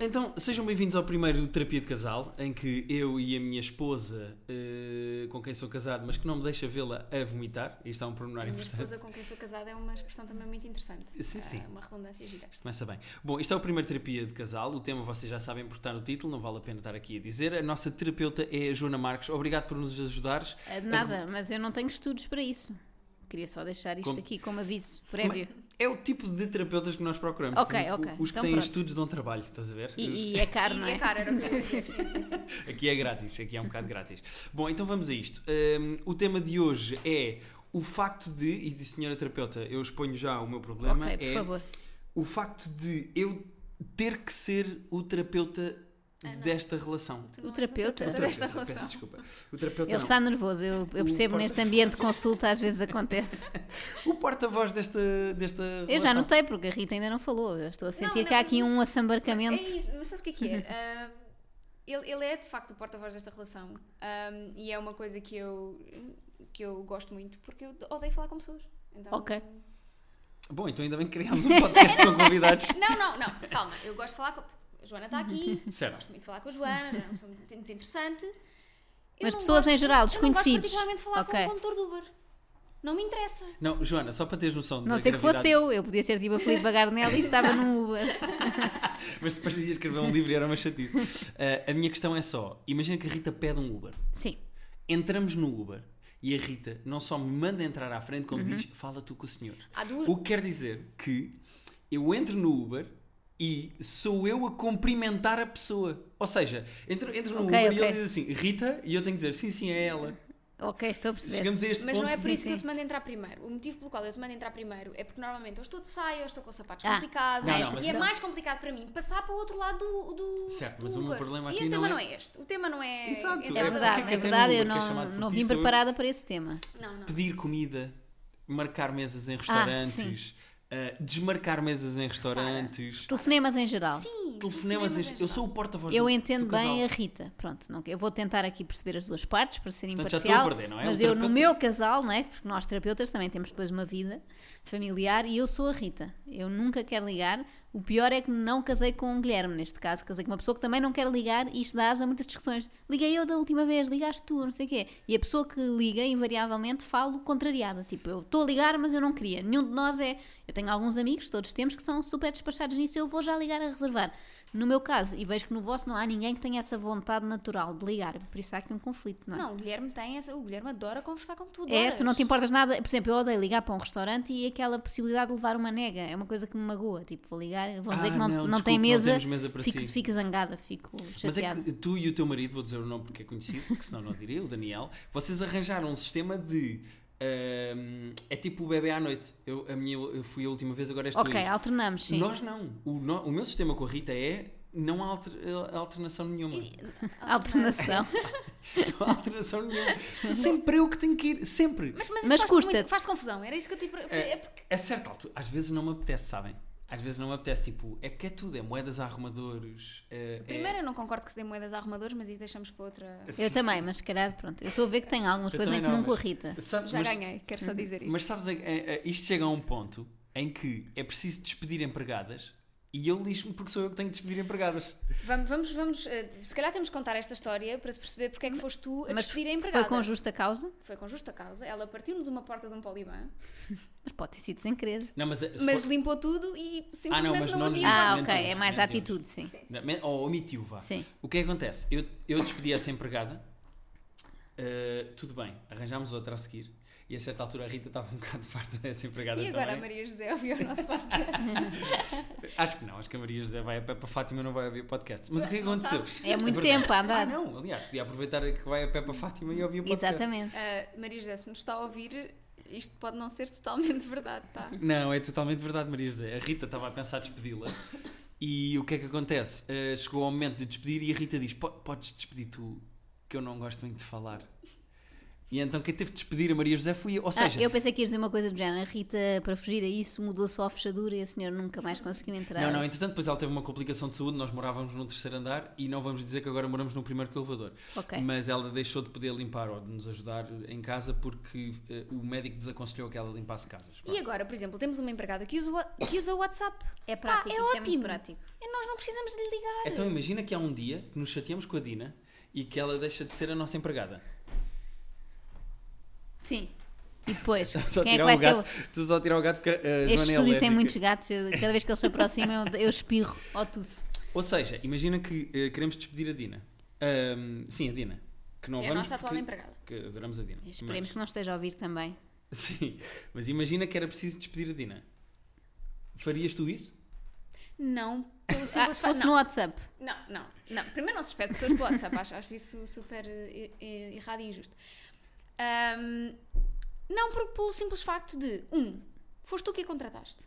então, bem-vindos ao primeiro Terapia de Casal, em que eu e a minha esposa, eh, com quem sou casado, mas que não me deixa vê-la a vomitar, isto é um A pormenor minha importante. esposa com quem sou casada é uma expressão também muito interessante. Sim, Ah, sim. Uma redundância gira. Começa bem. Bom, isto é o primeiro terapia de casal. O tema vocês já sabem porque está no título, não vale a pena estar aqui a dizer. A nossa terapeuta é a Joana Marques. Obrigado por nos ajudares. Ah, De nada, mas eu não tenho estudos para isso. Queria só deixar isto Como- aqui como aviso prévio. É o tipo de terapeutas que nós procuramos. Ok, porque ok. Os que Então têm pronto. estudos dão trabalho, estás a ver? E, e é caro, não e é? a cara, era o que eu ia dizer. Aqui é grátis, aqui é um bocado grátis. Bom, então vamos a isto. Hum, o tema de hoje é o facto de, e de senhora terapeuta, eu exponho já o meu problema, Ok, por é favor. o facto de eu ter que ser o terapeuta Ah, desta relação. Tu não és um terapeuta? O Toda desta terapeuta, peço relação. desculpa. O terapeuta Ele não. está nervoso, eu, eu percebo porta- neste ambiente de consulta, às vezes acontece. O porta-voz desta, desta relação. Eu já notei, porque a Rita ainda não falou. Eu estou a Não, sentir não, que há mas aqui isso- um assambarcamento. É isso, mas sabes o que é que é? Ah, ele, ele é de facto o porta-voz desta relação. Ah, e é uma coisa que eu, que eu gosto muito porque eu odeio falar com pessoas. Então, Ok. Bom, então ainda bem que criámos um podcast com convidados. Não, não, não, calma, eu gosto de falar com. A Joana está aqui, Certo. gosto muito de falar com a Joana, é uma pessoa muito muito interessante. Eu Mas não pessoas em Eu geral, não desconhecidos. gosto particularmente de falar Ok. com o condutor do Uber. Não me interessa. Não, Joana, só para teres noção Não da sei que gravidade- fosse eu, eu podia ser tipo a Filipe Bagarnelli e estava num Uber. Mas depois ia escrever um livro e era uma chatice. Ah, a minha questão é só, imagina que a Rita pede um Uber. Sim. Entramos no Uber e a Rita não só me manda entrar à frente, como diz, fala tu com o senhor. Há duas. O que quer dizer que eu entro no Uber e sou eu a cumprimentar a pessoa. Ou seja, entro, entro no Ok, Uber e ok. ele diz assim, Rita, e eu tenho que dizer, sim, sim, é ela. Ok, estou a perceber. Chegamos a este Mas ponto. não é por sim, isso que sim. eu te mando entrar primeiro. O motivo pelo qual eu te mando entrar primeiro é porque normalmente eu estou de saia, eu estou com sapatos Ah. complicados. Não, não, mas e é isso- mais complicado para mim passar para o outro lado do. do Certo, do mas o meu Uber. problema e aqui não o tema é- não é este. O tema não é. Exato, entrar É Porque no verdade, é Uber. que até é no verdade, eu Uber que é chamado não, por não ti, vim sou eu. preparada para esse tema. Não, não. Pedir comida, marcar mesas em restaurantes, ah, desmarcar mesas em restaurantes, Telefonemas em geral. Sim. é telefonemas. em... Eu sou o porta-voz Eu do- entendo do casal. bem a Rita. Pronto, não, eu vou tentar aqui perceber as duas partes para ser Portanto, já estou a imparcial. perder, não é? Mas O eu, no terapeuta- meu casal, não é? Porque nós terapeutas também temos depois uma vida familiar e eu sou a Rita. Eu nunca quero ligar. O pior é que não casei com o Guilherme, neste caso, casei com uma pessoa que também não quer ligar e isto dá asa a muitas discussões. Liguei eu da última vez, ligaste tu, não sei o quê. E a pessoa que liga, invariavelmente, falo contrariada. Tipo, eu estou a ligar, mas eu não queria. Nenhum de nós é. Eu tenho alguns amigos, todos temos, que são super despachados nisso. Eu vou já ligar a reservar. No meu caso, e vejo que no vosso não há ninguém que tenha essa vontade natural de ligar. Por isso há aqui um conflito, não é? Não, o Guilherme tem essa. O Guilherme adora conversar com tu. É, adoras. tu não te importas nada. Por exemplo, eu odeio ligar para um restaurante e aquela possibilidade de levar uma nega. É uma coisa que me magoa. Tipo, vou ligar, vão dizer Ah, que não, não, não, desculpe, tem não mesa. temos mesa para fico, si. fico zangada, fico Mas é chateada. que tu e o teu marido, vou dizer o nome porque é conhecido, porque senão não diria, o Daniel, vocês arranjaram um sistema de. ahm, é tipo o bebê à noite. Eu, a minha, eu fui a última vez, agora és tu Ok, aí. alternamos, assim. sim. é Nós não. O, no- o meu sistema com a Rita é. Não há alter- alternação nenhuma. Ah, Alternação. Não há alteração nenhuma. Sou sempre eu que tenho que ir. Sempre. Mas, mas, isso Mas faz-te custa-te. muito- Faz confusão. Era isso que eu te. É porque. A certa altura, às vezes não me apetece, sabem? Às vezes não me apetece, tipo, é porque é tudo, é moedas a arrumadores. é- é- Primeiro, eu não concordo que se dê moedas a arrumadores, mas isso deixamos para outra. Eu também, mas se calhar, pronto. Eu estou a ver que tem algumas Eu coisas em também que não, não com a mas- Rita. Sabe- Já mas- ganhei, quero Uhum. só dizer isso. Mas sabes, é- é- é- isto chega a um ponto em que é preciso despedir empregadas e eu lixo-me porque sou eu que tenho que despedir empregadas. Vamos, vamos, vamos. eh, Se calhar temos que contar esta história para se perceber porque é que foste tu a Mas despedir a foi empregada. com justa causa, Foi com justa causa. Ela partiu-nos uma porta de um poliban, mas pode ter sido sem querer. Não, mas. eh, se mas for- limpou tudo e simplesmente Ah, não, mas não havia. nos disse. Ah, mentimos, ok, é mais a mentimos. atitude, sim. Não, men- Ou omitiu, vá. Sim. O que é que acontece? Eu, eu despedi essa empregada, uh, tudo bem, arranjámos outra a seguir e a certa altura a Rita estava um bocado farta dessa empregada E agora a também. Maria José ouviu o nosso podcast. Acho que não, acho que a Maria José vai a pé para Fátima e não vai ouvir podcast. Mas o que é que Não aconteceu? sabes. É muito verdade. tempo a andar. Ah, não, aliás, podia aproveitar que vai a pé para Fátima e ouvir o podcast. Exatamente. Ah, Maria José, se nos está a ouvir, isto pode não ser totalmente verdade, tá? Não, é totalmente verdade, Maria José. A Rita estava a pensar despedi-la. E o que é que acontece? Eh, chegou ao momento de despedir e a Rita diz: "Po- Podes despedir tu, que eu não gosto muito de falar. E então quem teve de despedir a Maria José fui eu. Ou Ah, seja, eu pensei que ias dizer uma coisa do género. A Rita, para fugir a isso, mudou só a fechadura e a senhora nunca mais conseguiu entrar. Não, não, entretanto, depois ela teve uma complicação de saúde, nós morávamos no terceiro andar e não vamos dizer que agora moramos no primeiro com o elevador. Ok. Mas ela deixou de poder limpar ou de nos ajudar em casa porque eh, o médico desaconselhou que ela limpasse casas. E agora, por exemplo, temos uma empregada que usa, o wa- que usa o WhatsApp. É prático, Pá, isso é muito ótimo. prático. E nós não precisamos de lhe ligar. Então imagina que há um dia que nos chateamos com a Dina e que ela deixa de ser a nossa empregada. Sim. E depois, Tá Só quem é que tirar vai o ser o... gato. Tu só tirar o gato porque a Joana Este é estúdio tem alérgica. muitos gatos, eu- cada vez que eles se aproximam eu, eu espirro ou tuço. Ou seja, imagina que eh, queremos despedir a Dina. Ahm, sim, a Dina. Que não É a vamos nossa atual porque- empregada. Que adoramos a Dina. Esperemos Mas- que não esteja a ouvir também. Sim, mas imagina que era preciso despedir a Dina. Farias tu isso? Não, pelo Ah, simples se fa- fosse não, no WhatsApp. Não, não, não. Primeiro não se despede pessoas pelo WhatsApp, acho, acho isso super eh, eh, errado e injusto. Ahm, não por, pelo simples facto de, um, foste tu que a contrataste.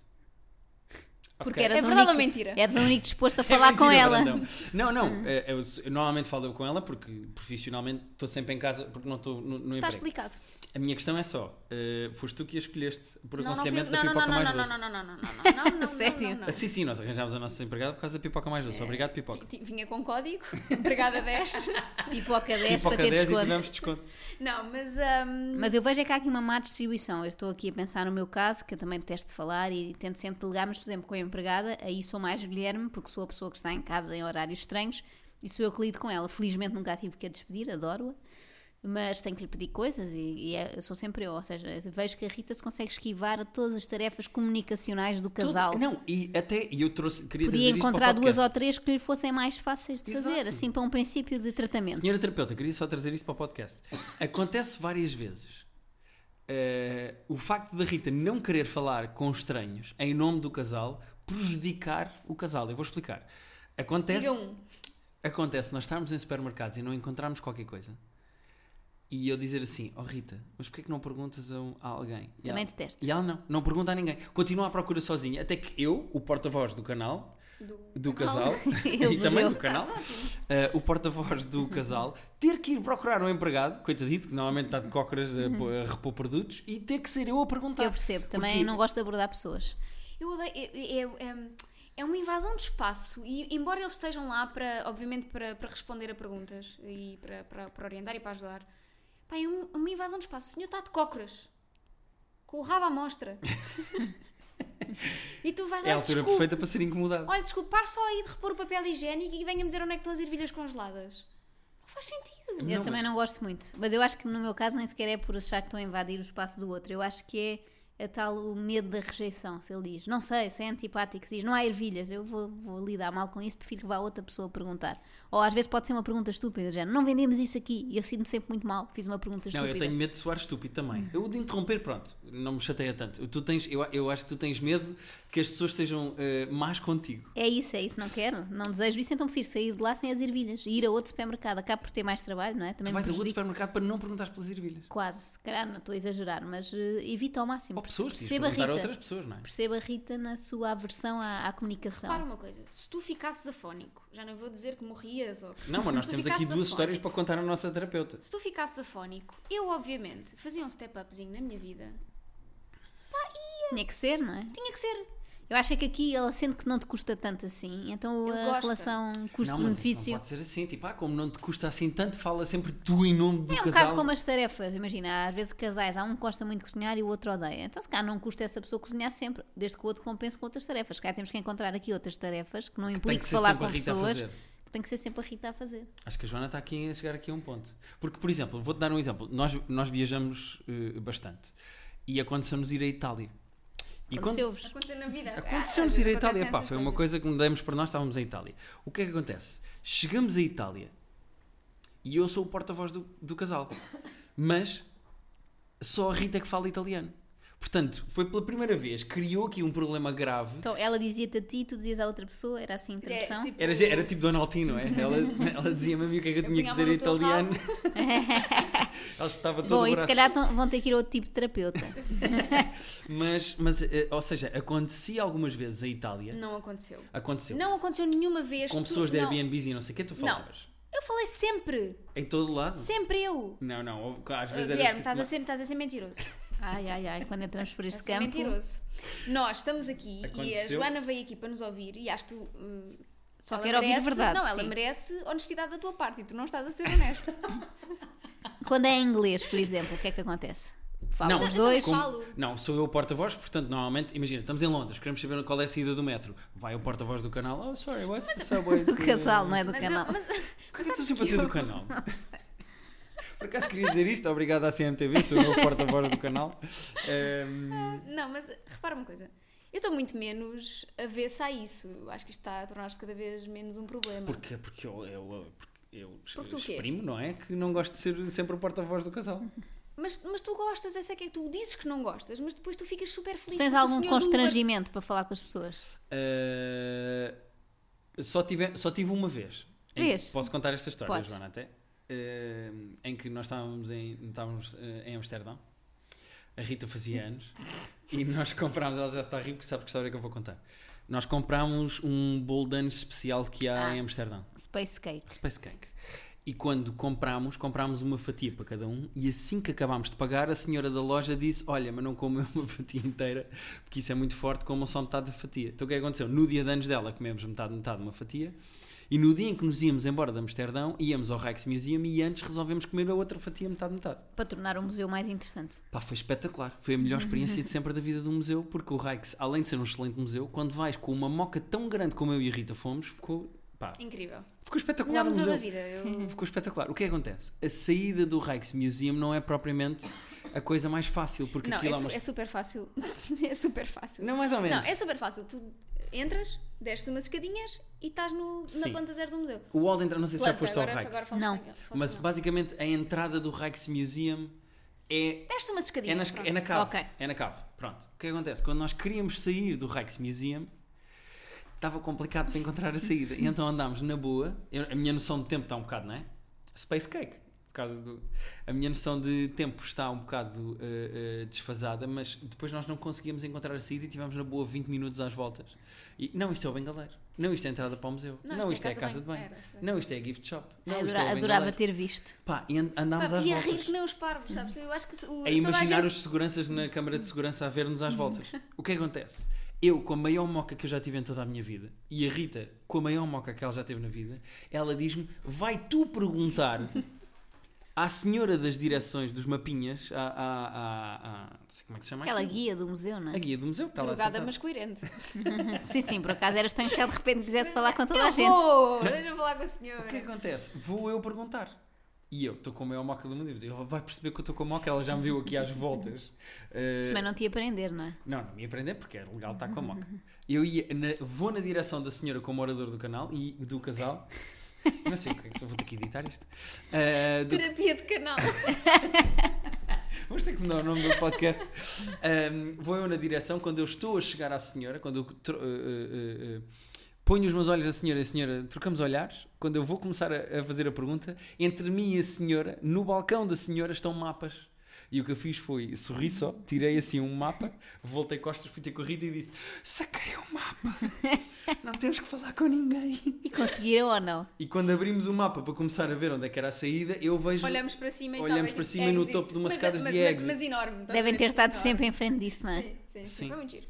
Porque Ok. eras, É o verdade único, ou mentira? eras o único disposto a É falar com mentira, ela. Brandão. Não, não. eh, Eu, eu normalmente falo eu com ela porque profissionalmente estou sempre em casa porque não estou no, no emprego. Está explicado. A minha questão é só: eh, foste tu que a escolheste por Não, não, fui eu- aconselhamento não, da não, pipoca não, mais não, não, doce? não, não, não, não, não, não, não, não, Sério? não, Ah, não. sim, sim, nós arranjámos a nossa empregada por causa da pipoca mais É. doce. Obrigado, pipoca. Ti- ti- Vinha com um código, empregada 10. Pipoca 10 Pipoca para ter 10 e desconto. tivemos desconto. Não, mas. ahm, Mas eu vejo é que há aqui uma má distribuição. Eu estou aqui a pensar no meu caso, que eu também detesto de falar e tento sempre delegar, mas por exemplo com a empregada, aí sou mais Guilherme, porque sou a pessoa que está em casa em horários estranhos e sou eu que lido com ela. Felizmente nunca a tive que a despedir, adoro-a, mas tenho que lhe pedir coisas e, e é- eu sou sempre eu. Ou seja, vejo que a Rita se consegue esquivar a todas as tarefas comunicacionais do casal. Tudo- Não, e até e eu trouxe, queria Podia trazer encontrar isto para o duas podcast. ou três que lhe fossem mais fáceis de fazer, Exato. assim para um princípio de tratamento. Senhora terapeuta, queria só trazer isto para o podcast. Acontece várias vezes eh, o facto da Rita não querer falar com estranhos em nome do casal prejudicar o casal. Eu vou explicar. Acontece, Diga um. acontece nós estarmos em supermercados e não encontrarmos qualquer coisa e eu dizer assim: Oh Rita, mas porquê é que não perguntas a, um- a alguém? E Também ela- detesto. E ela não, não pergunta a ninguém. Continua à procura sozinha, até que eu, o porta-voz do canal, Do- do casal Oh, Ele e também brilhou. Tá do canal, eh, o porta-voz do casal, ter que ir procurar um empregado, coitadito, que normalmente está de cócoras a, pô- a repor produtos, e ter que ser eu a perguntar. Uhum. Eu percebo, também Porque- não gosto de abordar pessoas. Eu odeio. É, é- é- é uma invasão de espaço e, embora eles estejam lá, para, obviamente, para, para responder a perguntas e para, para, para orientar e para ajudar, pá, é um- uma invasão de espaço. O senhor está de cócoras, com o rabo à mostra. e tu vais É a Ah, lá, altura desculpa. perfeita para ser incomodado. Olha, desculpa, pare só aí de repor o papel higiênico e venha-me dizer onde é que estão as ervilhas congeladas. Não faz sentido. Eu Não, também mas- não gosto muito. Mas eu acho que no meu caso nem sequer é por achar que estou a invadir o espaço do outro. Eu acho que é a tal o medo da rejeição. Se ele diz, não sei, se é antipático, se diz, não há ervilhas, eu vou, vou lidar mal com isso, prefiro que vá outra pessoa perguntar. Ou às vezes pode ser uma pergunta estúpida, já não vendemos isso aqui. E eu sinto-me sempre muito mal, fiz uma pergunta Não, estúpida. eu tenho medo de soar estúpido Hum. também. Eu de interromper, pronto, não me chateia tanto. Tu tens, eu, eu acho que tu tens medo que as pessoas sejam eh, más contigo. É isso, é isso, não quero, não desejo isso, então prefiro sair de lá sem as ervilhas e ir a outro supermercado. Acabo por ter mais trabalho, não é? Também Tu me vais a outro prejudico. supermercado para não perguntar pelas ervilhas. Quase, se calhar não estou a exagerar, mas eh, evito ao máximo. Ou pessoas, precisas Perceba, perguntar a Rita. outras pessoas, não é? Percebo a Rita na sua aversão à, à comunicação. Repara uma coisa, se tu ficasses afónico, já não vou dizer que morrias ou... Não, mas Se nós tu temos aqui ficasses duas afónico- histórias para contar à nossa terapeuta. Se tu ficasses afónico, eu obviamente fazia um step-upzinho na minha vida. Tinha que ser, não é? Tinha que ser. Eu acho é que aqui ela sente que não te custa tanto assim, então Ele a gosta. não, relação mas isso não custo-benefício pode ser assim. Tipo, ah, como não te custa assim tanto, fala sempre tu em nome do é um casal. bocado como as tarefas. Imagina, às vezes casais, há um que gosta muito de cozinhar e o outro odeia. Então, se calhar não custa essa pessoa cozinhar sempre, desde que o outro compense com outras tarefas. Se calhar temos que encontrar aqui outras tarefas que não Tem implique que ser falar sempre com a Rita a pessoas. fazer. que tem que ser sempre a Rita a fazer. Acho que a Joana está aqui a chegar aqui a um ponto. Porque, por exemplo, vou-te dar um exemplo. Nós, nós viajamos eh, bastante e aconteceu-nos ir à Itália. E quando- Aconteceu-vos. Aconteceu na vida. Ah, Aconteceu-nos ir à Itália, pá, foi uma coisa que me demos para nós, estávamos em Itália. O que é que acontece? Chegamos à Itália e eu sou o porta-voz do, do casal, mas só a Rita é que fala italiano. Portanto, foi pela primeira vez, criou aqui um problema grave. Então, ela dizia-te a ti, tu dizias à outra pessoa, era É, assim a tradução. Era, ge- era tipo Donaldinho, não é? Ela, ela dizia-me a mim o que é que eu Eu tinha que punhava dizer em no teu italiano. ela espetava todo Bom, o e se braço. calhar tão- vão ter que ir a outro tipo de terapeuta. Mas, mas, eh, ou seja, acontecia algumas vezes a Itália. Hum. Não aconteceu. Aconteceu. Não aconteceu nenhuma vez. Com tu- pessoas de não. Airbnbs e não sei o que tu Não. falavas. Eu falei sempre. Em todo lado? sempre eu. Não, não. Às Ah, vezes era Guilherme, preciso estás a, tomar- ser, estás a ser mentiroso. Ai, ai, ai, quando entramos por este Estás a ser campo. mentiroso. Nós estamos aqui e a Aconteceu. Joana veio aqui para nos ouvir e acho que tu. hum, Só ela quero ouvir merece- verdade, Não, ela sim. merece honestidade da tua parte e tu não estás a ser honesto. Quando é em inglês, por exemplo, o que é que acontece? Falam Não, então, os eu também dois. Como- falo. Não, sou eu o porta-voz, portanto, normalmente, imagina, estamos em Londres, queremos saber qual é a saída do metro. Vai o porta-voz do canal, oh, sorry, what's the subway? Do casal, não é do Mas, canal. eu- mas- Por que sabes estou sempre a dizer eu- do canal? Por acaso queria dizer isto, obrigado à CMTV, sou eu o porta-voz do canal. Ehm, Não, mas repara uma coisa. Eu estou muito menos avessa a isso. Eu Acho que isto está a tornar-se cada vez menos um problema. porque, porque eu, eu, porque eu Porque tu o quê? exprimo, não é? Que não gosto de ser sempre o porta-voz do casal. Mas, mas tu gostas, essa é que é- tu dizes que não gostas, mas depois tu ficas super feliz. Tens porque o algum senhor do Uber- constrangimento para falar com as pessoas? Eh, só, tive, só tive uma vez. Em- Vês? Posso contar esta história, Podes. Joana, até? Eh, em que nós estávamos em, estávamos, eh, em Amsterdão. A Rita fazia anos. e nós comprámos... Ela já está a rir porque sabe que história é que eu vou contar. Nós comprámos um bolo de anos especial que há Ah. em Amsterdão. Space Cake. Space Cake. E quando comprámos, comprámos uma fatia para cada um e assim que acabámos de pagar, a senhora da loja disse, olha, mas não comam uma fatia inteira, porque isso é muito forte, comam só metade da fatia. Então o que é que aconteceu? No dia de anos dela, comemos metade, metade de uma fatia e no dia em que nos íamos embora de Amsterdão, íamos ao Rijksmuseum e antes resolvemos comer a outra fatia metade, metade. Para tornar o museu mais interessante. Pá, foi espetacular. Foi a melhor experiência de sempre da vida do museu, porque o Rijks, além de ser um excelente museu, quando vais com uma moca tão grande como eu e a Rita fomos, ficou, pá, Incrível. ficou espetacular Melhor o museu museu. da vida. Eu... Ficou espetacular. O que é que acontece? A saída do Rijksmuseum não é propriamente a coisa mais fácil, porque Não, aquilo é, é, su- uma... é super fácil. é super fácil. Não, mais ou Não, menos. é super fácil. Tu entras, desces umas escadinhas e estás no, na Sim. planta zero do museu. O hall de entrada, não sei se já Planta, foste ao agora, Rijks, agora falaste Não. bem, falaste mas bem, não. basicamente a entrada do Rijksmuseum é, Desce umas é, escadinhas. nas- pronto. é na cave. Ok. É na cave. Pronto. O que é que acontece? Quando nós queríamos sair do Rijksmuseum, estava complicado para encontrar a saída. E então andámos na boa. Eu- a minha noção de tempo está um bocado, não é? Space Cake. Por causa do... A minha noção de tempo está um bocado eh, eh, desfasada, mas depois nós não conseguíamos encontrar a saída e tivemos na boa 20 minutos às voltas. E não, isto é o bengaleiro. Não, isto é a entrada para o museu. Não, Não, isto é isto é a casa de banho. Era. Não, isto é a gift shop. Não, Ai, isto é adora- o Ah, adorava bengaleiro. ter visto. Pá, e an- andámos Pá, às Ah, e a voltas rir que nem os parvos, sabes? Eu acho que se- o, a É imaginar os seguranças na câmara de segurança a ver-nos às voltas. O que é que acontece? Eu, com a maior moca que eu já tive em toda a minha vida, e a Rita, com a maior moca que ela já teve na vida, ela diz-me: vai tu perguntar à senhora das direções dos mapinhas, à. à, à- à- não sei como é que se chama Aquela aquilo. guia do museu, não A é? guia do museu, que está lá Drogada, sentada. mas coerente. Sim, sim, por acaso eras tão se de repente quisesse falar com toda a Eu gente. vou! Deixa-me falar com a senhora. O que é que acontece? Vou eu perguntar. E eu estou com a maior moca do mundo. e Ela vai perceber que eu estou com a moca, ela já me viu aqui às voltas. Eh, Mas também não te ia prender, não é? Não, não me ia prender porque é legal estar com a moca. Eu ia na- vou na direção da senhora como orador do canal e do casal. Não sei o que é que sou, vou ter que editar isto. Ah, do- Terapia de canal. vamos ter que mudar o nome do podcast. Ahm, vou eu na direção, quando eu estou a chegar à senhora, quando eu tro- eh, eh, eh, eh, ponho os meus olhos à senhora e a senhora, trocamos olhares, quando eu vou começar a, a fazer a pergunta, entre mim e a senhora, no balcão da senhora estão mapas. E o que eu fiz foi, sorri só, tirei assim um mapa, voltei costas, fui ter com a Rita e disse: Saquei o mapa, não temos que falar com ninguém. E conseguiram ou não? Tá E quando abrimos o mapa para começar a ver onde é que era a saída, eu vejo. Olhamos para cima e Olhamos talvez, para tipo, cima e no exit. topo de umas Mas- escadas mas, de mas, exit. mas enorme. estás a Devem ver? ter estado Enorme. sempre em frente disso, não é? Tá. Sim, sim, sim. Sim. Foi muito giro.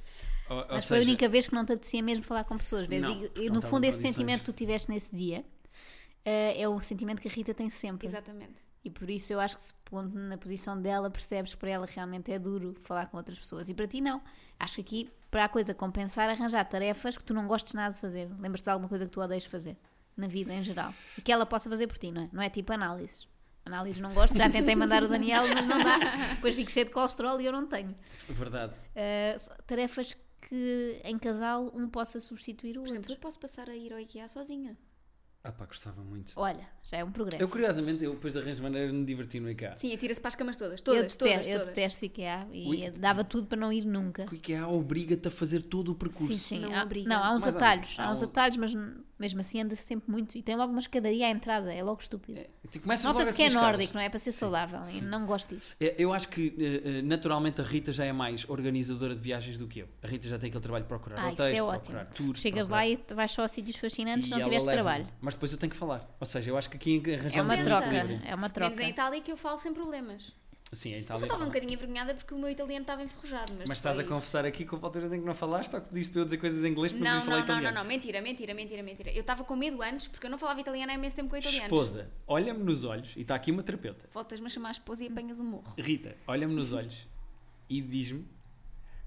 Ou- ou Mas foi a seja, única vez que não te apetecia mesmo falar com pessoas. Vês? Não, E- porque e, não no estava fundo, em esse condições. sentimento que tu tiveste nesse dia eh, é o sentimento que a Rita tem sempre. Exatamente. E por isso eu acho que se pondo na posição dela, percebes que para ela realmente é duro falar com outras pessoas. E para ti não. Acho que aqui, para a coisa compensar, arranjar tarefas que tu não gostes nada de fazer. Lembras-te de alguma coisa que tu odeias fazer na vida em geral. E que ela possa fazer por ti, não é? Não é tipo análises. Análises não gosto, já tentei mandar o Daniel, mas não dá. Depois fico cheio de colesterol e eu não tenho. Verdade. Uh, so- tarefas que em casal um possa substituir o Por outro. exemplo, eu posso passar a ir ao IKEA sozinha. Ah pá, gostava muito. Olha, já é um progresso. Eu curiosamente, eu depois arranjo maneira de me divertir no IKEA. Sim, atira-se para as camas todas. Eu Todas, detesto, todas, eu todas. detesto IKEA e Ui. dava tudo para não ir nunca. O IKEA obriga-te a fazer todo o percurso. Sim, sim. Não há, obriga. não, há uns Mais ou atalhos, menos. há Há uns um- atalhos, mas n- Mesmo assim anda-se sempre muito. E tem logo uma escadaria à entrada, é logo estúpido. Tu começas logo a Nota-se que é subir escadas. nórdico, não é? Para ser saudável. E não gosto disso. É, Eu acho que eh, eh, naturalmente a Rita já é mais organizadora de viagens do que eu. A Rita já tem aquele trabalho de procurar Ah, isso hotéis, é procurar ótimo. tours. Chegas procurar- lá e te vais só a sítios fascinantes, e não ela tiveste leva-me. trabalho. Mas depois eu tenho que falar. Ou seja, eu acho que aqui arranjamos É uma um troca, equilíbrio. é uma Menos troca. em Itália que eu falo sem problemas. Sim, a Eu só Itália. estava um fala. bocadinho envergonhada porque o meu italiano estava enferrujado. Mas, Mas estás a depois- confessar aqui com o Walter em que não falaste ou que pediste para eu dizer coisas em inglês porque Tipo, eu Não, falar não, não, italiano? não, não, mentira, mentira, mentira, mentira. Eu estava com medo antes porque eu não falava italiano há imenso tempo com italianos. Esposa, olha-me nos olhos, e está aqui uma terapeuta. Voltas-me a chamar a esposa e apanhas um morro. Rita, olha-me nos olhos e diz-me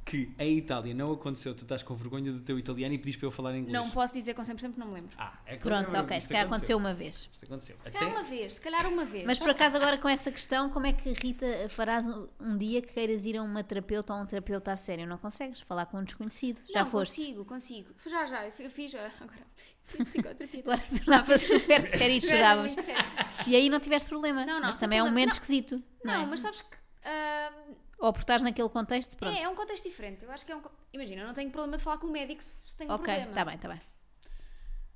que em Itália não aconteceu, tu estás com vergonha do teu italiano e pediste para eu falar em inglês. Não posso dizer com 100% que não me lembro. Ah, é que eu Pronto, lembro-me ok. disto Se calhar aconteceu uma vez. Isto aconteceu. Se calhar Até- uma vez, se calhar uma vez. Mas por acaso agora com essa questão, como é que Rita farás um, um dia que queiras ir a uma terapeuta ou a um terapeuta a sério? Não consegues falar com um desconhecido. Já não, foste. consigo, consigo. Já, já, eu fi- eu fiz ah, agora. Fui psicoterapia. Agora tornavas super sério e Já era choravas. muito sério. E aí não tiveste problema. Não, não, mas sem também é um problema. momento Não. esquisito. Não, é? mas sabes que. ah, Ou por estás naquele contexto, pronto. é, é um contexto diferente. Eu acho que é um. co- Imagina, eu não tenho problema de falar com o médico se se tenho Ok, um tá problema. está bem, está bem.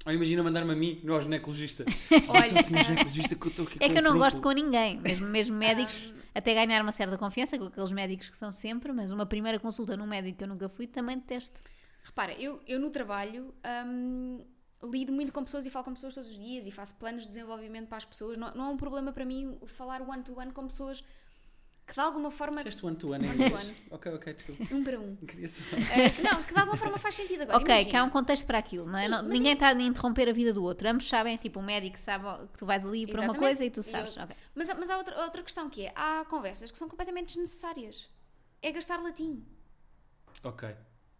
Ou imagina mandar-me a mim, não ao ginecologista. Olha, sou um ginecologista que eu estou aqui É com que eu não um gosto frúnculo. com ninguém, mesmo, mesmo Ah. médicos, até ganhar uma certa confiança com aqueles médicos que são sempre, mas uma primeira consulta num médico que eu nunca fui também detesto. Repara, eu, eu no trabalho hum, lido muito com pessoas e falo com pessoas todos os dias e faço planos de desenvolvimento para as pessoas. Não, não é um problema para mim falar one-to-one com pessoas que de alguma forma. Disseste one to one em One to inglês. one. Ok, ok, desculpa. Um para um. Não Queria só. Ah, não, que de alguma forma faz sentido agora. ok, imagina. que há um contexto para aquilo, não é? Sim, Não- mas ninguém está a interromper a vida do outro. Ambos sabem, tipo, o médico sabe que tu vais ali para uma Exatamente. coisa e tu E sabes. eu- ok. Mas, há- mas há outra, outra questão que é: há conversas que são completamente desnecessárias. É gastar latim. Ok.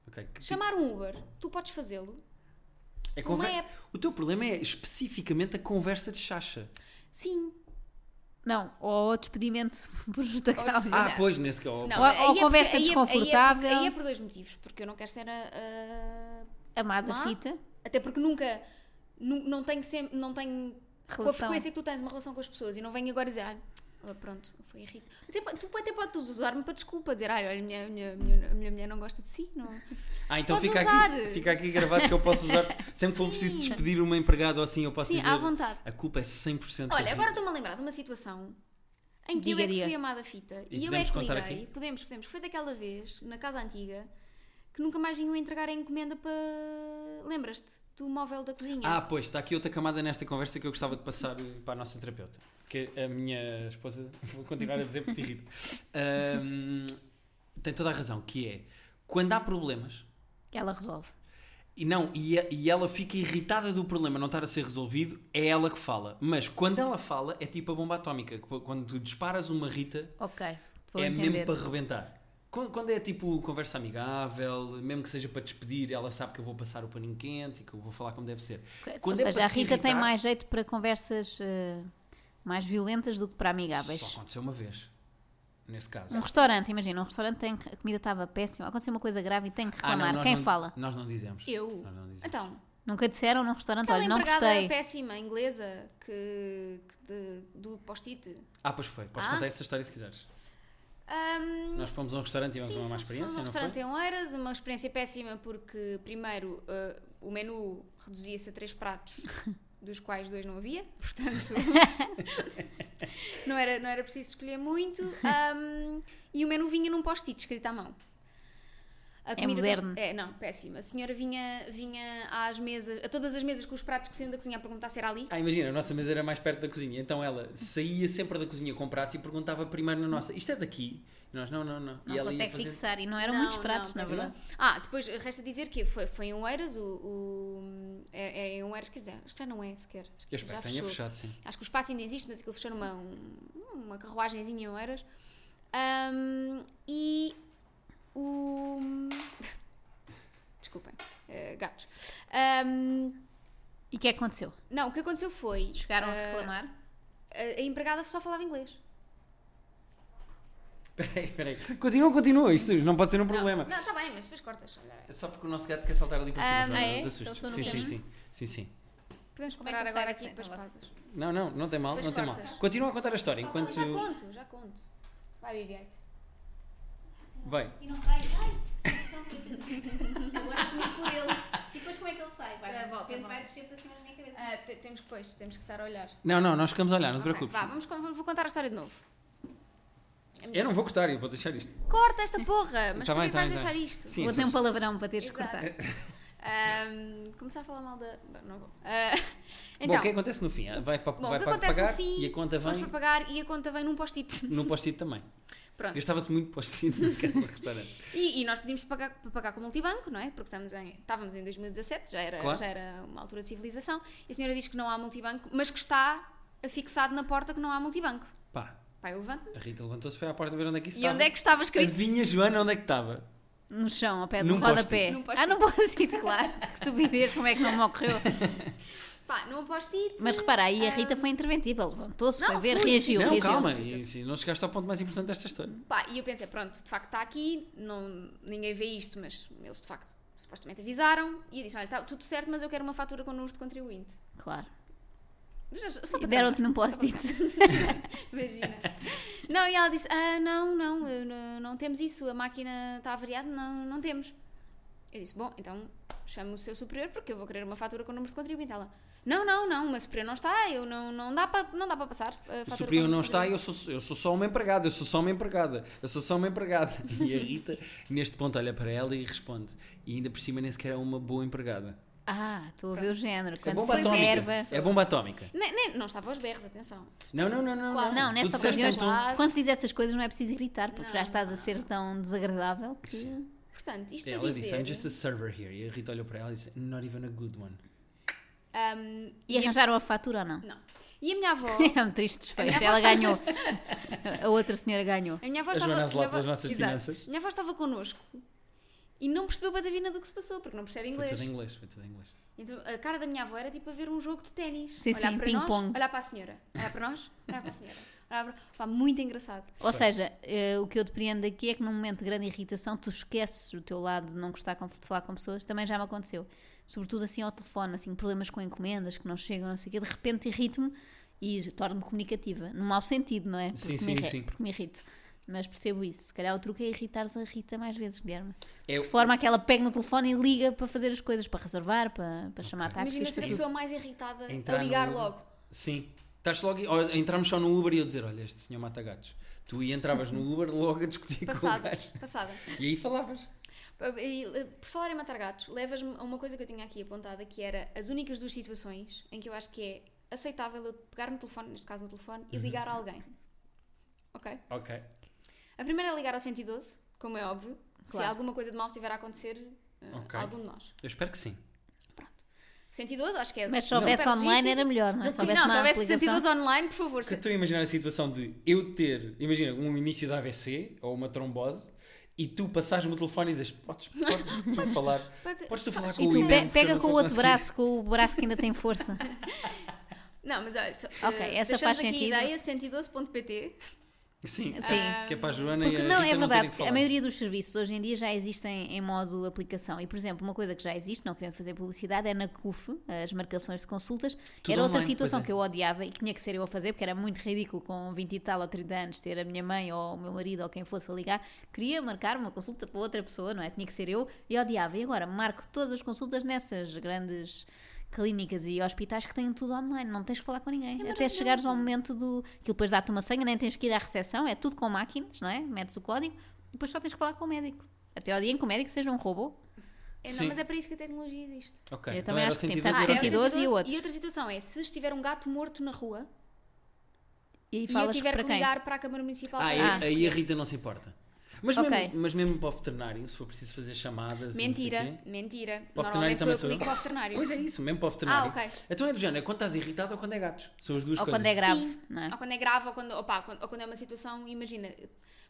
Ok. Que tipo- Chamar um Uber, tu podes fazê-lo. é conver- uma app. O teu problema é especificamente a conversa de chacha. Sim. Não, ou despedimento por justa Ou causa. Ah, Não. pois, nesse que Não, Ou- aí é ou porque- conversa aí é- aí é porque- desconfortável. Aí é por dois motivos. Porque eu não quero ser a- a Amada Lá? fita. Até porque nunca, nu- não tenho sempre, não tenho com a Relação. frequência que tu tens uma relação com as pessoas e não venho agora dizer, ai, ah, pronto, foi a Rita. Até, po- tu até podes usar-me para desculpa, dizer, ai, olha, a minha, a minha, a minha, a minha mulher não gosta de si, não. Ah, então Podes fica usar. aqui, fica aqui gravado que eu posso usar. Sempre que for Sim. preciso despedir uma empregada ou assim, eu posso Sim, dizer. à vontade. A culpa é 100% da Olha, agora Rita." estou-me a lembrar de uma situação em que Diga, eu é que diga. fui amada fita E e, eu é podemos que contar liguei, aqui? podemos, podemos, foi daquela vez, na casa antiga, que nunca mais vinham entregar a encomenda para. Lembras-te? Do móvel da cozinha. Ah, pois, está aqui outra camada nesta conversa que eu gostava de passar eh, para a nossa terapeuta. Que a minha esposa, vou continuar a dizer porque te irrita. Ahm, tem toda a razão, que é quando há problemas, Ela resolve. e não, e, a- e ela fica irritada do problema não estar a ser resolvido, é ela que fala. Mas quando ela fala, é tipo a bomba atómica. que Quando tu disparas uma Rita, Ok, vou é entender. mesmo para arrebentar. Quando, quando é tipo conversa amigável, mesmo que seja para despedir, ela sabe que eu vou passar o paninho quente e que eu vou falar como deve ser. Ok, Ou Quando é seja, para a se Rita tem irritar- mais jeito para conversas eh, mais violentas do que para amigáveis. Só aconteceu uma vez. Nesse caso. Ah, Um restaurante, imagina, um restaurante tem que, a comida estava péssima, aconteceu uma coisa grave e tem que Ah, não, reclamar. nós Quem não- fala? Nós não dizemos. eu. Nós não dizemos. Então, Nunca disseram num restaurante, Aquela olha, não Então, empregada gostei. péssima inglesa que, que de- do post-it. Ah, pois foi. Podes Ah. contar essa história se quiseres. Ahm, Nós fomos a um restaurante e tivemos sim, uma má fomos- fomos experiência, a um não restaurante foi? em Oeiras, uma experiência péssima porque, primeiro, ah, o menu reduzia-se a três pratos, dos quais dois não havia, portanto, não, era, não era preciso escolher muito. Ahm, e o menu vinha num post-it escrito à mão. A comida- moderno. É, não, péssima. A senhora vinha, vinha às mesas, a todas as mesas com os pratos que saíam da cozinha a perguntar se era ali. Ah, imagina, a nossa mesa era mais perto da cozinha. Então ela saía sempre da cozinha com pratos e perguntava primeiro na nossa: Isto é daqui? E nós: Não, não, não. Não e ela ia consegue fazer. fixar e não é eram Não, muitos pratos, não, na pois verdade. Ah, depois resta dizer que foi, foi em Oeiras, o, o, é, é em Oeiras, quer dizer, acho que já não é sequer. Acho que Eu espero já que tenha fechou. fechado, sim. Acho que o espaço ainda existe, mas aquilo fechou numa um- uma carruagenzinha em Oeiras. Ahm, e o. Desculpem, eh, gatos. Ahm, E o que é que aconteceu? não, o que aconteceu foi. Chegaram a eh, reclamar? A, a empregada só falava inglês. Peraí, peraí. Continua, continua. Isto não pode ser um problema. Não, está bem, mas depois cortas. olha. É só porque o nosso gato quer saltar ali para cima. Ah, Joana, ah, Não é? te assustes. Então estou no sim, sim, sim, caminho? sim, sim. Podemos Como é que parar eu agora saio aqui da e depois frente? Não, pausas. Não, não, não tem mal, Depois não tem mal. cortas. Continua a contar a história enquanto. Já conto, já conto. Vai, Bibiate. Bem, E não vai, ai! Agora tinha por ele. E depois como é que ele sai? Vai, Ah, de volta, repente volta. vai descer para cima da minha cabeça. Ah, te- temos que, pois, temos que estar a olhar. Não, não, nós ficamos a olhar, não te Ok, preocupes. vá, vamos, con- vou contar a história de novo. Eu não vou cortar, eu vou deixar isto. Corta esta porra! Mas Tá como é bem, tá bem, que vais tá deixar bem. isto? Sim, Vou ter sim, um sim. palavrão para teres que Exato. cortar. Ahm, começar a falar mal da. Bom, Não vou. Ah, Bom, então, o que é que acontece no fim? Vai para, bom, o vai que para acontece pagar no fim? e a conta Vamos vem para pagar e a conta vem num post-it. no post-it também. Pronto. Gastava-se muito post-it naquele restaurante. E, e nós pedimos para pagar, para pagar com o multibanco, não é? Porque estamos em- estávamos em 2017, já era, Claro. já era uma altura de civilização. E a senhora diz que não há multibanco, mas que está fixado na porta que não há multibanco. Pá, Pai, eu levanto-me. a Rita levantou-se, foi à porta ver onde é que isso E estava. onde é que estava escrito? Adivinha, Joana, onde é que estava? No chão, ao pé do Num post-it. rodapé. Num post-it. Ah, não posso ir, claro. Que estupidez, como é que não me ocorreu? Pá, não aposto it Mas repara, aí a Rita foi interventiva, levantou-se, foi Ah. Não, ver, fui. reagiu, não, reagiu. calma, e- e não chegaste ao ponto mais importante desta história. Pá, e eu pensei, pronto, de facto está aqui, não, ninguém vê isto, mas eles de facto supostamente avisaram. E eu disse, olha, está tudo certo, mas eu quero uma fatura com o número de contribuinte. Claro. Mas é Só E para deram-te num post-it. terminar, Imagina. não, e ela disse, ah, não, não, eu não, não temos isso, a máquina está avariada, não, não temos. Eu disse, bom, então chame o seu superior porque eu vou querer uma fatura com o número de contribuinte. Ela, não, não, não, o meu superior não está, eu não, não dá para não dá para passar. a fatura O com superior número não de está, contribuinte." eu sou, eu sou só uma empregada, eu sou só uma empregada, eu sou só uma empregada. E a Rita, neste ponto, olha para ela e responde. E ainda por cima nem sequer é uma boa empregada. Ah, estou a ver o género. É Quando bomba se verba. atómica. É bomba atómica. Nem, nem- não estava aos berros, atenção. Não, não, não, não. Claro. Não, Tu nessa disseste ocasião, então- Quase. quando se diz essas coisas não é preciso irritar, porque Não, já estás a ser tão desagradável que... Portanto, isto para É, Ela disse, dizer... I'm just a server here. E a Rita olhou para ela e disse, not even a good one. ahm, E arranjaram a fatura ou não? Não. E a minha avó... É um triste desfecho. Ela ganhou. A outra senhora ganhou. A minha avó A estava... Joana a minha Azulá avó- pelas nossas Exato. finanças. A minha avó estava connosco e não percebeu batavina do que se passou, porque não percebe Foi inglês. tudo em inglês, foi tudo em inglês. Então, a cara da minha avó era tipo a ver um jogo de ténis. Sim, olhar sim, para ping-pong. nós, olhar para a senhora. Olhar para nós, olhar para a senhora. Olhar para... Pá, muito engraçado. Ou seja, eh, o que eu depreendo aqui é que num momento de grande irritação tu esqueces o teu lado de não gostar com- de falar com pessoas. Também já me aconteceu. Sobretudo assim ao telefone, assim, problemas com encomendas que não chegam, não sei o quê. De repente irrito-me e torno-me comunicativa. No mau sentido, não é? Porque Sim, me sim, irri- sim. Porque me irrito. Mas percebo isso. Se calhar o truque é irritares a Rita mais vezes, Guilherme. É, De forma a que ela pegue no telefone e liga para fazer as coisas, para reservar, para, para chamar táxis. Imagina ser a para Tá tudo. pessoa mais irritada Entrar a ligar no- logo. Sim. Estás logo, ou entramos só no Uber e eu dizer, olha, este senhor mata gatos. Tu e entravas no Uber logo a discutir com Tipo, o Passada. gajo. Passada. E aí falavas. E, eh, Por falar em matar gatos, levas-me a uma coisa que eu tinha aqui apontada, que era as únicas duas situações em que eu acho que é aceitável eu pegar no telefone, neste caso no telefone, Uhum. e ligar a alguém. Ok? Ok. A primeira é ligar ao 112, como é óbvio. Se Claro. alguma coisa de mal estiver a acontecer eh, a Ok. algum de nós. Eu espero que sim. Pronto. 112, acho que é. Mas se super houvesse online legítimo. era melhor, não é? Não, Se se houvesse uma houvesse aplicação. 112 online, por favor. Se se- tu imaginar a situação de eu ter, imagina, um início de AVC ou uma trombose e tu passares-me o telefone e dizes, podes, podes tu falar, pode- podes tu falar podes- com E o tu pe- imenso, eu pega não com o tô outro conseguindo. braço, com o braço que ainda tem força. Não, mas olha. Só, Ok, eh, essa deixamos faz aqui sentido. a ideia, 112.pt. Sim, Sim. que é para a Joana e Ah. a Rita Porque não, é não terem verdade, que que a falar. maioria dos serviços hoje em dia já existem em modo aplicação. E, por exemplo, uma coisa que já existe, não querendo fazer publicidade, é na CUF, as marcações de consultas. Tudo era outra online, situação pois é. que eu odiava e que tinha que ser eu a fazer, porque era muito ridículo com 20 e tal ou 30 anos ter a minha mãe ou o meu marido ou quem fosse a ligar. Queria marcar uma consulta para outra pessoa, não é? Tinha que ser eu e odiava. E agora marco todas as consultas nessas grandes clínicas e hospitais que têm tudo online, não tens que falar com É ninguém. Até chegares ao momento do. Aquilo depois dá-te uma senha, nem tens que ir à recepção, é tudo com máquinas, não é? Metes o código e depois só tens que falar com o médico. Até ao dia em que o médico seja um robô. É, não, Sim. mas é para isso que a tecnologia existe. Ok, Eu então também era acho que sim, tá 112 euros. portanto, é o 112 e o outro. E outra situação é se estiver um gato morto na rua E e eu falas tiver para que quem? ligar para a Câmara Municipal. Ah, para- aí, Ah. aí a Rita não se importa. Mas, Ok. mesmo, mas mesmo para o veterinário, se for preciso fazer chamadas. e não sei Mentira, quê. mentira. Para o veterinário Normalmente sou também eu que sou eu. ligo para o veterinário. Pois é isso, mesmo para o veterinário. Ah, ok. Então é do género, é quando estás irritado ou quando é gatos. São as duas Ou coisas. quando é grave, Sim. não é? Ou quando é grave, ou quando, opá, quando- ou quando é uma situação, imagina.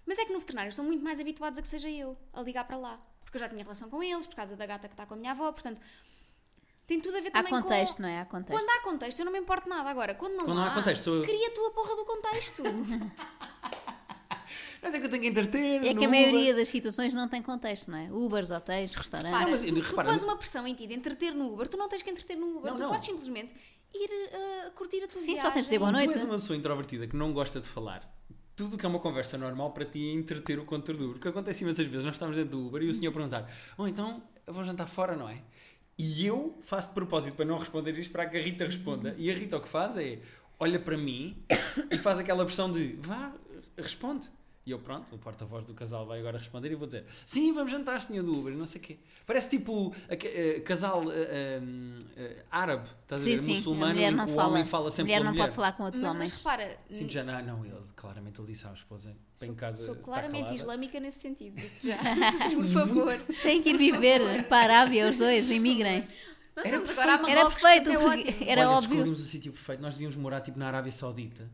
Mas é que no veterinário estão muito mais habituados a que seja eu a ligar para lá. Porque eu já tinha relação com eles, por causa da gata que está com a minha avó, portanto. Tem tudo a ver Há também contexto, com... não é? Há contexto. Quando há contexto, eu não me importo nada. Agora, quando não, Quando não há contexto, sou eu. cria a tua porra do contexto. Mas é que eu tenho que entreter. É no que Uber. a maioria das situações não tem contexto, não é? Ubers, hotéis, Para, restaurantes. mas, tu, tu repara, pões no- uma pressão em ti de entreter no Uber, tu não tens que entreter no Uber, Não, tu não. podes simplesmente ir eh, curtir a tua Sim, viagem. só tens de dizer boa Hum, Tu noite. és uma pessoa introvertida que não gosta de falar. Tudo o que é uma conversa normal para ti é entreter o "Oh, conteúdo. Porque acontece imensas vezes, nós estamos dentro do Uber e o senhor perguntar: Bom, então eu vou jantar fora, não é? E eu faço de propósito para não responder isto, para que a Rita responda. E a Rita o que faz é olha para mim e faz aquela pressão de vá, responde. E eu, pronto, o porta-voz do casal vai agora responder e vou dizer: Sim, vamos jantar, senhor do Uber, não sei o quê. Parece tipo aque- eh, casal eh, eh, árabe, estás a Sim, ver? sim. a Muçulmano, mulher em que não o fala. homem fala a sempre mulher pela não mulher. pode falar com outros Mas, mas homens. repara, Sim, n- já não, não, ele claramente ele disse à esposa: Vem sou, casa. sou tá claramente calada." islâmica nesse sentido. digo-te Já. Por favor. Tem que ir viver para a Arábia, os dois, emigrem. Nós Era vamos agora a Era Marrocos, perfeito, portanto é porque ótimo. era Olha, óbvio. descobrimos o sítio perfeito. Nós devíamos morar tipo na Arábia Saudita,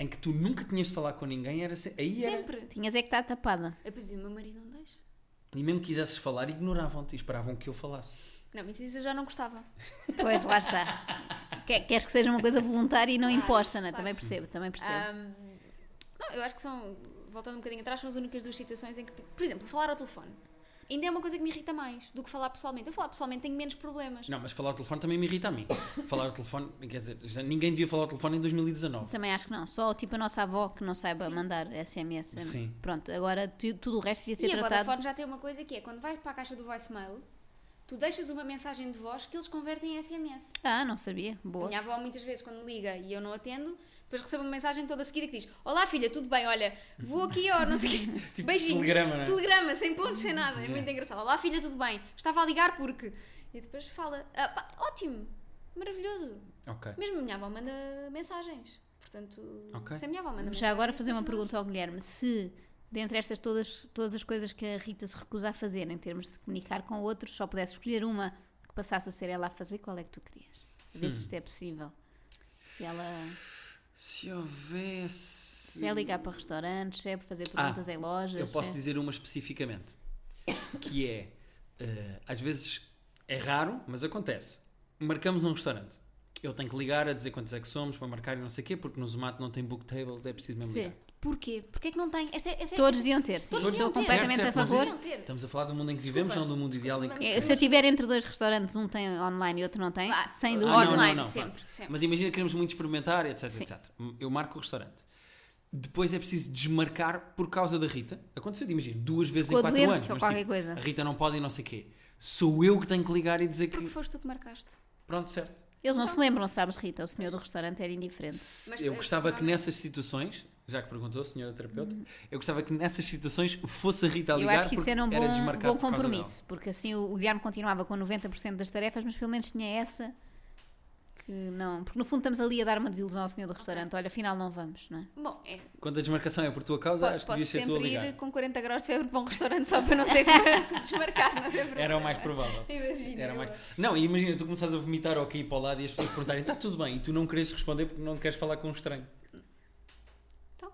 em que tu nunca tinhas de falar com ninguém. Era se- aí era. Sempre. Tinhas é que estar tapada. Eu pois, o meu marido não deixa. E mesmo que quisesses falar, ignoravam-te e esperavam que eu falasse. Não, mas isso eu já não gostava. Pois, lá está. Que- Queres que seja uma coisa voluntária Ah, e não imposta, não é? claro. Também percebo, também percebo. Ahm, não, eu acho que são, voltando um bocadinho atrás, são as únicas duas situações em que, por exemplo, falar ao telefone ainda é uma coisa que me irrita mais do que falar pessoalmente. Eu falar pessoalmente tenho menos problemas. Não, mas falar ao telefone também me irrita a mim. falar ao telefone, quer dizer, já ninguém devia falar ao telefone em 2019. Também acho que não. Só tipo a nossa avó que não saiba mandar SMS. Sim. Pronto, agora tu- tudo o resto devia ser e a é tratado. Vodafone já tem uma coisa que é, quando vais para a caixa do voicemail, tu deixas uma mensagem de voz que eles convertem em SMS. Ah, não sabia. A Boa. minha avó muitas vezes quando me liga e eu não atendo, depois recebo uma mensagem toda seguida que diz Olá filha, tudo bem? Olha, vou aqui ó, não sei o quê. Tipo Beijinhos. telegrama, não é? Telegrama, sem pontos, sem nada. É Yeah. muito engraçado. Olá filha, tudo bem? Estava a ligar porque... E depois fala, "Ah, pá, ótimo, maravilhoso. Ok. Mesmo a minha avó manda mensagens. Portanto, Ok. se a minha avó manda Já agora mensagens, fazer uma temos nós. pergunta ao Guilherme. Se, dentre estas todas, todas as coisas que a Rita se recusa a fazer em termos de se comunicar com outros, só pudesse escolher uma que passasse a ser ela a fazer, qual é que tu querias? A ver se isto é possível. Se ela, Se houvesse. se é ligar para restaurantes, se é fazer perguntas em lojas. Ah, Eu posso é- dizer uma especificamente, que é, eh, às vezes é raro, mas acontece. Marcamos um restaurante. Eu tenho que ligar a dizer quantos é que somos para marcar e não sei o quê, porque no Zumato não tem book tables, é preciso mesmo Sim. ligar. Porquê? Porquê que não tem? Esta é, esta é- Todos deviam ter, sim. Todos deviam Estou ter. completamente Certo, a certo, mas favor. isso- Deviam ter. Estamos a falar do mundo em que Desculpa. vivemos, não do mundo ideal em que... Desculpa, é Eh, Se eu tiver entre dois restaurantes, um tem online e outro não tem, Ah, sem Ah, dúvida. não, online, não, não, sempre, pronto. sempre. Mas imagina que queremos muito experimentar, etc, etc. Eu marco o restaurante. Depois é preciso desmarcar por causa da Rita. Aconteceu, imagina, duas vezes Ficou em quatro doente anos. ou mas, tipo, qualquer coisa. A Rita não pode e não sei o quê. Sou eu que tenho que ligar e dizer Porque que... foste tu que marcaste. Pronto, certo. Eles Então. não se lembram, sabes, Rita? O senhor do restaurante era indiferente. Mas, eu eh, gostava que pessoalmente- nessas situações, já que perguntou, senhora terapeuta, eu gostava que nessas situações fosse a Rita a Uhum. Eu ligar acho que isso porque era um bom, desmarcar bom por causa dela. compromisso, porque assim o o Guilherme continuava com 90% das tarefas, mas pelo menos tinha essa que não. Porque no fundo estamos ali a dar uma desilusão ao senhor do restaurante: olha, afinal não vamos, não é? Bom, é, Quando a desmarcação é por tua causa, po- acho que posso devias ser tu a sempre ligar. ir com 40 graus de febre para um restaurante só para não ter que desmarcar, não tem problema. Era o mais provável. Imagina. Era eu- mais... Não, e imagina, tu começas a vomitar ou a cair para o lado e as pessoas perguntarem, está tudo bem, e tu não queres responder porque não queres falar com um estranho. Então.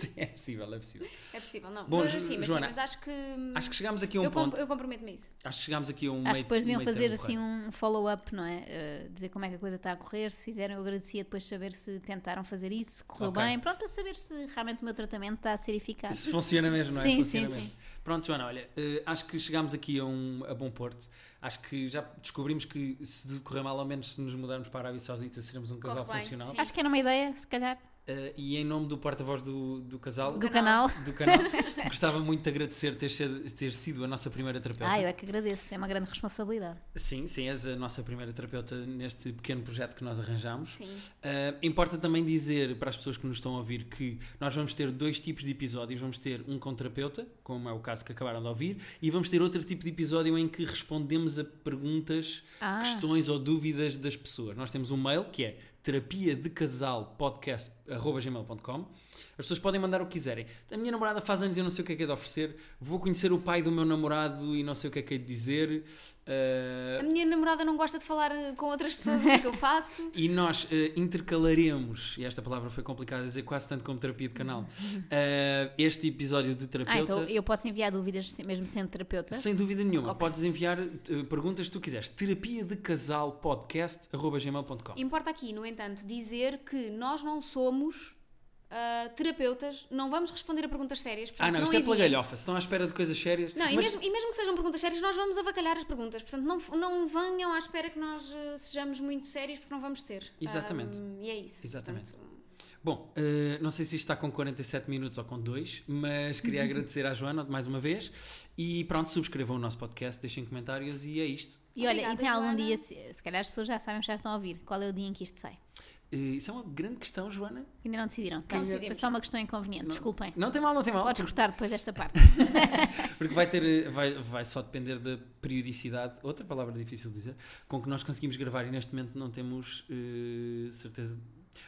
Sim, é possível, é possível. É possível, não. Bom, mas, Jo- sim, mas, Joana, sim, mas acho que. hum, Acho que chegámos aqui a um eu, com- ponto. eu comprometo-me a isso. Acho que chegámos aqui a um. Acho que meio- depois deviam meio fazer termo assim correto. um follow-up, não é? Uh, dizer como é que a coisa está a correr, se fizeram, eu agradecia depois saber se tentaram fazer isso, se correu Ok. bem, pronto, para saber se realmente o meu tratamento está a ser eficaz. Se funciona mesmo, não é? Se um Sim, funciona sim, mesmo. sim. Pronto, Joana, olha, eh, acho que chegámos aqui a, um, a bom porto. Acho que já descobrimos que se tudo correr mal, ao menos se nos mudarmos para a Arábia Saudita, seremos um Corre casal bem, funcional. sim. Acho que era uma ideia, se calhar, Eh, e em nome do porta-voz do, do casal, do do, canal. canal. canal, gostava muito de agradecer ter, sido- ter sido a nossa primeira terapeuta. Ah, eu é que agradeço, é uma grande responsabilidade. Sim, sim, és a nossa primeira terapeuta neste pequeno projeto que nós arranjámos. Sim. Ah, importa também dizer para as pessoas que nos estão a ouvir que nós vamos ter dois tipos de episódios. Vamos ter um com terapeuta, como é o caso que acabaram de ouvir, e vamos ter outro tipo de episódio em que respondemos a perguntas, Ah. questões ou dúvidas das pessoas. Nós temos um mail que é terapia de casal as pessoas podem mandar o que quiserem. A minha namorada faz anos e eu não sei o que é que é de oferecer. Vou conhecer o pai do meu namorado e não sei o que é que é de dizer. Ah, A minha namorada não gosta de falar eh, com outras pessoas o que eu faço. E nós eh, intercalaremos, e esta palavra foi complicada a dizer quase tanto como terapia de canal, eh, este episódio de Ah, terapeuta. então eu posso enviar dúvidas se- mesmo sendo terapeuta? Sem dúvida nenhuma, Ok. podes enviar eh, perguntas que tu quiseres. Terapia de casal podcast Importa aqui, no entanto, dizer que nós não somos ah, terapeutas, não vamos responder a perguntas sérias. Ah, portanto, não, isto é enviem. plagalhofa. Se estão à espera de coisas sérias. Não, e, mas mesmo, e mesmo que sejam perguntas sérias, nós vamos avacalhar as perguntas. Portanto, não, f- não venham à espera que nós eh, sejamos muito sérios, porque não vamos ser. Exatamente. Ahm, e é isso. Exatamente. Portanto, Bom, eh, não sei se isto está com 47 minutos ou com 2, mas queria Uhum. agradecer à Joana mais uma vez. E pronto, subscrevam o nosso podcast, deixem comentários e é isto. E olha, Obrigada, e tem algum Joana. dia, se, se calhar as pessoas já sabem, já estão a ouvir, qual é o dia em que isto sai? Eh, isso é uma grande questão, Joana. Ainda não decidiram. Calma, foi decidimos. só uma questão inconveniente, desculpem. Não tem mal, não tem mal. Podes cortar depois esta parte. Porque vai ter, eh, vai, vai só depender da periodicidade, outra palavra difícil de dizer, com que nós conseguimos gravar e neste momento não temos eh, certeza.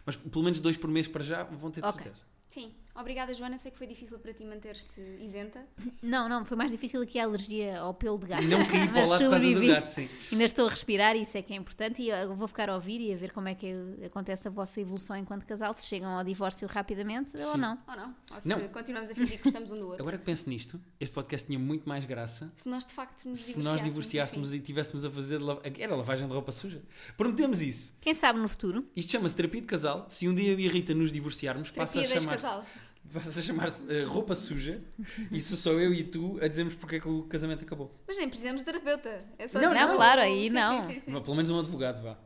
Mas pelo menos dois por mês para já vão ter de Ok. certeza. Sim. Obrigada, Joana. Sei que foi difícil para ti manter-te isenta. Não, não, foi mais difícil aqui a alergia ao pelo de gato. Não caí para Mas lá por causa do sobrevivi. gato, sim. Ainda estou a respirar, isso é que é importante, e eu vou ficar a ouvir e a ver como é que acontece a vossa evolução enquanto casal, se chegam ao divórcio rapidamente ou Sim. não. Ou não? Ou se Não. continuamos a fingir que gostamos um do outro. Agora que penso nisto, este podcast tinha muito mais graça Se nós de facto nos se nós divorciássemos enfim. e tivéssemos a fazer. lava- Era lavagem de roupa suja. Prometemos isso. Quem sabe no futuro? Isto chama-se terapia de casal. Se um dia eu e a Rita nos divorciarmos, passa a Terapia de chamar-se. ex-casal. Passa a chamar-se eh, roupa suja. Isso sou eu e tu a dizermos porque é que o casamento acabou. Mas nem precisamos de terapeuta. É só Não, dizer, não, "Ah, claro, vou- aí um sim, não. Sim, sim, sim. Mas pelo menos um advogado, vá.